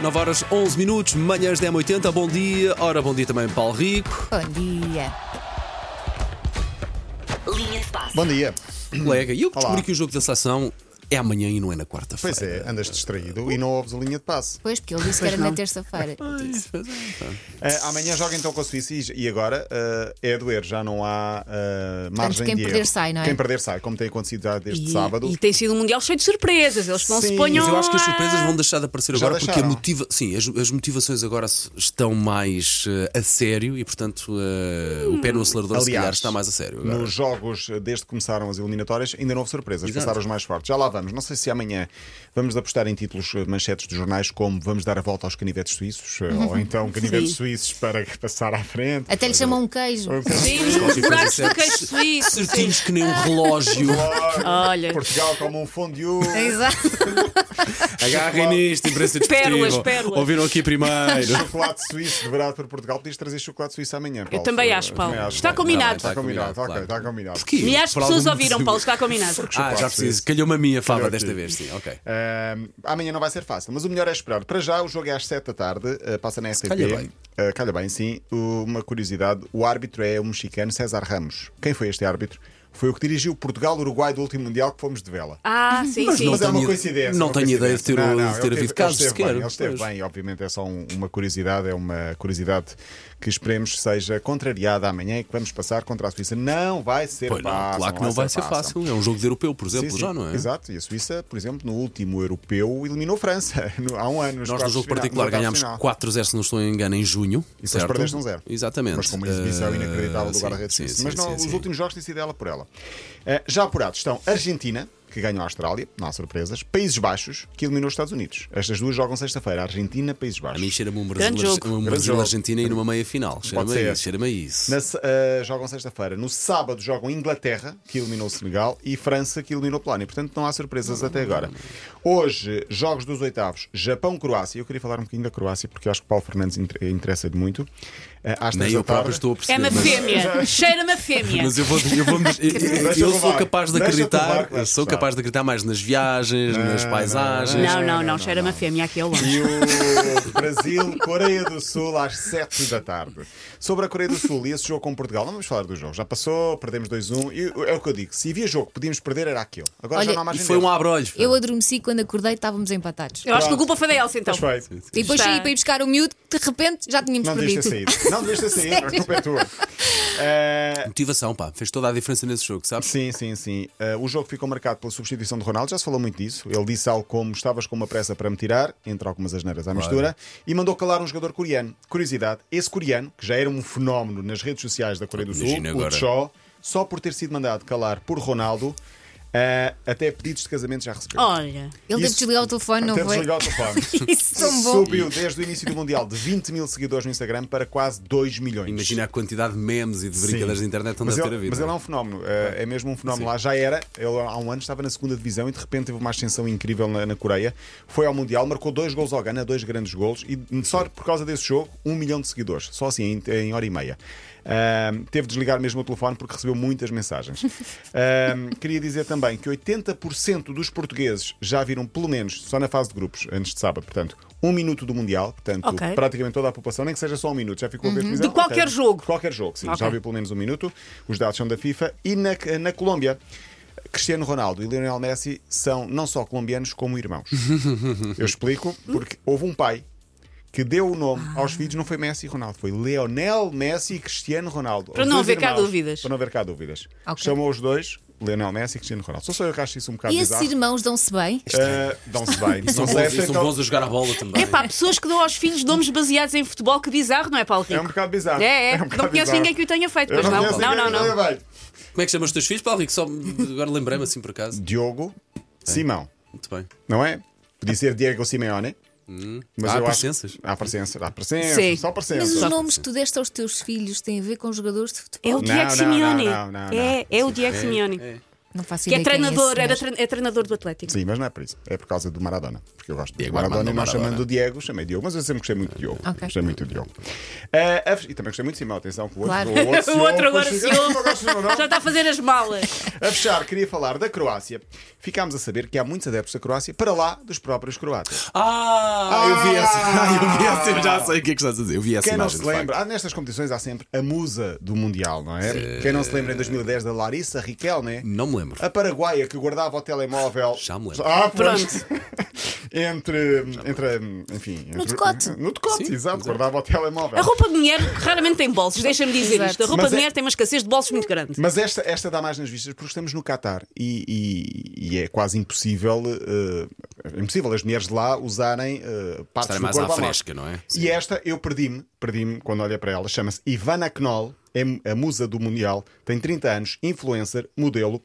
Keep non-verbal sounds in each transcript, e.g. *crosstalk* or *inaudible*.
9 horas 11 minutos, manhãs 10h80, bom dia. Ora, bom dia também, Paulo Rico. Bom dia. Linha de passe. Bom dia. Colega, e eu que Olá. descobri que o jogo da seleção é amanhã e não é na Pois é, quarta-feira. andas distraído e não ouves a linha de passe. Pois, porque ele disse que era na terça-feira. Pois é. Ah, amanhã joga então com a Suíça e- e agora ah, é a doer, já não há ah, margem quem de erro. perder sai, não é? Quem perder sai, como tem acontecido já desde E, sábado. e tem sido um mundial cheio de surpresas. Eles não Sim, se ponham. Mas eu acho que as a- surpresas vão deixar de aparecer Já agora porque a deixaram. motiva... Sim, as, as motivações agora se- estão mais eh, a sério e, portanto, eh, o pé no acelerador se calhar Aliás, está mais a sério. Agora. *laughs* Nos jogos, eh, desde que começaram as eliminatórias, ainda não houve surpresas, Exato. passaram os mais fortes. Já lá vamos. Não sei se amanhã vamos apostar em títulos eh, manchetes dos jornais, como vamos dar a volta aos canivetes suíços, *laughs* eh, ou então canivetes suíços para *laughs* passar à frente. Até lhe chamam um queijo. Sim, Qualquer os coisa buracos certa. do queijo suíço. Certinhos que nem um *laughs* relógio. Olha. Portugal como um *laughs* fondue. Exato. Agarrem nisto, imprensa desportiva. Pérolas, pérolas. Ouviram aqui primeiro. *laughs* Chocolate suíço deverado por Portugal. Podias trazer chocolate suíço amanhã, Paulo. também acho, Paulo. Também Está combinado. Está combinado, Está ok, combinado, está combinado. Porquê? Milhares de Por pessoas algum ouviram, motivo. Paulo, está combinado. Ah, já preciso. Calhou-me a minha fava desta vez, sim. Ok. Ahm, amanhã não vai ser fácil, mas o melhor é esperar. Para já, o jogo é às 7 da tarde, ah, passa na STP. Calha bem. Ah, calha bem, sim. Uma curiosidade: o árbitro é o mexicano César Ramos. Quem foi este árbitro? Foi o que dirigiu Portugal-Uruguai do último Mundial que fomos de vela. Ah, sim, sim. não Mas é uma tenho- coincidência. não uma tenho ideia de ter- coincidência. de Não, não, ter ele havido teve- casos ele esteve sequer, Bem, ele esteve pois. bem, obviamente é só um- uma curiosidade, é uma curiosidade que esperemos que seja contrariada amanhã e que vamos passar contra a Suíça. Não vai ser Pois não, fácil. claro que não vai ser fácil. É um jogo de europeu, por exemplo, Sim, sim, já, não é? Exato, e a Suíça, por exemplo, no último europeu eliminou a França *laughs* no- há um ano. nos Nós no quartos jogo de final- particular nos oitavos de ganhámos final. 4-0, se não estou em engano, em junho. E depois certo? perdeste um zero. Exatamente. Mas com uma exibição Ah, inacreditável do sim, guarda-redes sim, suíço. sim, Mas não, sim, os sim. últimos jogos têm sido ela por ela. Eh, já apurados estão Argentina, que ganhou a Austrália, não há surpresas, Países Baixos, que eliminou os Estados Unidos. Estas duas jogam sexta-feira, Argentina, Países A mim Baixos. cheira-me um Grande Brasil, jogo. um Grande Brasil jogo. Argentina e numa meia final. Cheira-me a ser. isso. Cheira-me a isso. Na se- eh, jogam sexta-feira. No sábado jogam Inglaterra, que eliminou o Senegal, e França, que eliminou a Polónia. Portanto, não há surpresas até agora. Hoje, jogos dos oitavos, Japão-Croácia. Eu queria falar um bocadinho da Croácia, porque eu acho que Paulo Fernandes inter- interessa-lhe muito. Eh, às três Nem da eu próprio tarde- estou a É perceber. uma mas- *laughs* fêmea. Cheira-me a fêmea. Mas eu vou, eu vou *laughs* eu- eu, Deixa-te sou levar. capaz de Deixa-te acreditar, levar, eu sou claro. capaz de acreditar mais nas viagens, nas paisagens. Não, não, não. Cheira-me a fêmea. Aqui é longe. E o Brasil, Coreia do Sul, às 7 da tarde. Sobre a Coreia do Sul e esse jogo com Portugal, não vamos falar do jogo. Já passou, perdemos 2-1. E É o que eu digo: se havia jogo que podíamos perder, era aquele. Agora já Olha, não há E mais foi um abrolho. Eu adormeci quando acordei estávamos empatados. Eu acho que a culpa foi da Elsa, então. E depois Está. saí para ir buscar o miúdo, de repente já tínhamos Não devias perdido. ter saído. Não devias ter saído, a culpa é tua. *laughs* Eh, Motivação, pá, fez toda a diferença nesse jogo, sabes? Sim, sim, sim. Eh, o jogo ficou marcado pela substituição de Ronaldo, já se falou muito disso. Ele disse algo como: estavas com uma pressa para me tirar, entre algumas asneiras à mistura, e mandou calar um jogador coreano. Curiosidade: esse coreano, que já era um fenómeno nas redes sociais da Coreia do Sul, Imagina agora. o Cho, só por ter sido mandado calar por Ronaldo, eh, até pedidos de casamento já recebeu. Olha. *laughs* Ele teve Isso- de desligar Oh, o telefone, não Até foi? desligar o telefone. *laughs* Isso é tão bom. Subiu desde o início do Mundial de 20 mil seguidores no Instagram para quase 2 milhões. Imagina a quantidade de memes e de Sim. brincadeiras de internet onde mas deve ele, ter havido. Mas ele é um fenómeno, eh, é mesmo um fenómeno lá. Já era, ele há um ano estava na segunda divisão e de repente teve uma ascensão incrível na, na Coreia. Foi ao Mundial, marcou dois gols ao Gana, dois grandes gols, e só por causa desse jogo, um milhão de seguidores, só assim em, em hora e meia. Ahm, teve de desligar mesmo o telefone porque recebeu muitas *laughs* mensagens. Ahm, queria dizer também que 80% dos portugueses já viram, pelo menos, só na fase de grupos, antes de sábado, portanto, um minuto do Mundial, portanto, Ok. Uhum. praticamente toda a população, nem que seja só um minuto, já ficou a ver televisão? De qualquer Ok. jogo. Qualquer jogo, sim. Já Ok. viu pelo menos um minuto. Os dados são da FIFA. E na, na Colômbia, Cristiano Ronaldo e Lionel Messi são não só colombianos como *laughs* irmãos. Eu explico porque houve um pai que deu o nome Ah. aos filhos, não foi Messi e Ronaldo, foi Leonel Messi e Cristiano Ronaldo. Para Os não dois haver cá irmãos. dúvidas. Para não haver cá dúvidas. Ok. Chamou os dois, Leonel Messi e Cristiano Ronaldo. Só sou eu que acho isso um bocado E esses bizarro. irmãos dão-se bem? Ah, Dão-se bem. São Não bons, sei se e são então- bons a jogar a bola também. É pá, pessoas que dão aos filhos nomes baseados em futebol, que bizarro, não é, Paulo Rico? *laughs* É um bocado bizarro. É, é. um bocado não conheço bizarro. ninguém que o tenha feito, Eu pois não. conheço Não, ninguém não, que não. tenha feito. Como é que chamas os teus filhos, Paulo Rico? Só agora lembrei-me assim por acaso. Diogo Simão, Muito bem. não é? Podia ser Diego Simeone. Mas Hum. Há eu acho- presenças. Há presenças, há presenças, Sim. só Mas presenças. os nomes que tu deste aos teus filhos têm a ver com jogadores de futebol? É o Não, Diego não, Simeone. não, não, não. É, é o Diego Simeone. É. Não faço Que é ideia. quem treinador, esse, era mas- tre- é treinador do Atlético. Sim, mas não é por isso. É por causa do Maradona. Porque eu gosto Diego do Maradona Armando e nós Maradona. chamando o Diego, chamei Diogo, mas eu sempre gostei muito de Diogo. Ok. Gostei muito de Diogo. Ah, a- e também gostei muito de Simão, atenção, que o outro, Claro. o outro, O outro agora foi- se Eu não gosto de Simão, não. *laughs* Já está a fazer as malas. A fechar, queria falar da Croácia. Ficámos a saber que há muitos adeptos da Croácia para lá dos próprios croatas. Ah, eu vi essa. *laughs* eu vi essa, eu já sei o que é que estás a dizer. Eu vi essa Quem não imagem. se de facto. lembra, ah, nestas competições há sempre a musa do Mundial, não é? Quem não se lembra em 2010 da Larissa Riquelme, Não me lembro. a paraguaia que guardava o telemóvel. Já me lembro. Ah, pois. *laughs* entre. entre enfim, entre- decote. No decote, Sim, exato. exato. Guardava o telemóvel. A roupa de mulher raramente tem bolsos, deixa-me dizer Exato. isto. A roupa Mas de é- mulher tem uma escassez de bolsos muito grande. Mas esta, esta dá mais nas vistas porque estamos no Qatar e, e- e é quase impossível, eh, é impossível as mulheres de lá usarem eh, partes Estarem do mais corpo à à mão. fresca, não é? E esta eu perdi-me, perdi-me quando olhei para ela. Chama-se Ivana Knoll, é a musa do Mundial, tem 30 anos, influencer, modelo.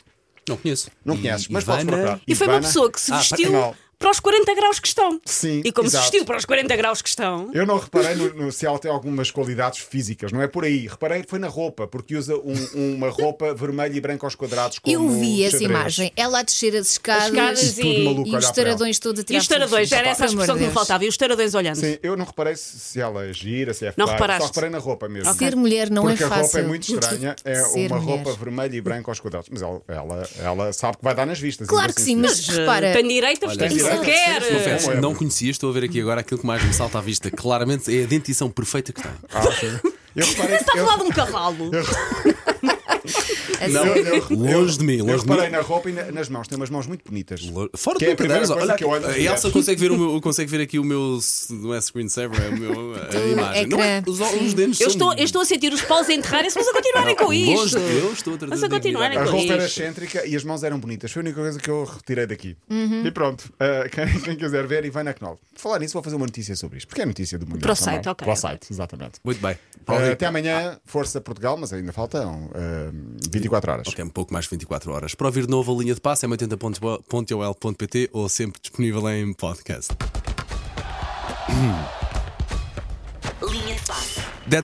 Não conheço. Não E- conheces, e mas podes Ivana- procurar. E foi uma Ivana- pessoa que se Ah, vestiu para- não. para os 40 graus que estão. Sim, E como exato. se vestiu para os 40 graus que estão. Eu não reparei no- no- se ela tem algumas qualidades físicas, não é por aí. Reparei foi na roupa, porque usa um- uma roupa vermelha e branca aos quadrados. Como Eu vi essa xadrez. imagem. Ela a descer as escadas, As escadas E tudo maluco, e olhar para os ela. taradões todos a tirar E os taradões, fotografias. era essa a Pelo amor expressão que me Deus. faltava. E os taradões olhando. Sim, eu não reparei se, se ela é gira, se é Não feia. reparaste? Só reparei na roupa mesmo. Ser mulher não Porque é a fácil. roupa é muito estranha, é Ser uma mulher. roupa vermelha e branca aos quadrados. Mas ela, ela, ela sabe que vai dar nas vistas. Claro ainda que assim, sim, senhora. mas repara. Tem eh, direito a vestir Olha, o que exato. quer. Confesso, Não não conhecia, estou a ver aqui agora aquilo que mais me salta à vista. Claramente é a dentição perfeita que tem. Ah, sim. *laughs* Eu reparei, Está a eu, falar de um cavalo. Não, Ah, eu- eu- longe de mim, eu longe de reparei mim. na roupa e na- nas mãos. Tem umas mãos muito bonitas. Lo- Fora Que de é a primeira brincadeiras, coisa olha, que eu olho a nas Elsa mulheres. consegue ver, o meu, consegue ver aqui o meu. s- Não é screensaver, é o *laughs* meu, a imagem. Não é- ecrã. os, os dentes Eu são estou, eu estou a sentir os paus a enterrarem-se, mas a continuarem com um longe isto. de- Eu estou a trazer Mas a continuarem A dignidade. com roupa era isto. excêntrica e as mãos eram bonitas. Foi a única coisa que eu retirei daqui. Uhum. E pronto, ah, quem, quem quiser ver, Ivana Knoll. Por Falar nisso, vou fazer uma notícia sobre isto, porque é notícia do mundo. Para o site, ok, Para o ok. site, exatamente. Muito bem. Ah, até amanhã, força Portugal, mas ainda faltam ah, 24 horas. Ok, um pouco mais de 24 horas. Para ouvir de novo a linha de passe é 80.ol.pt ou sempre disponível em podcast. Linha de passe.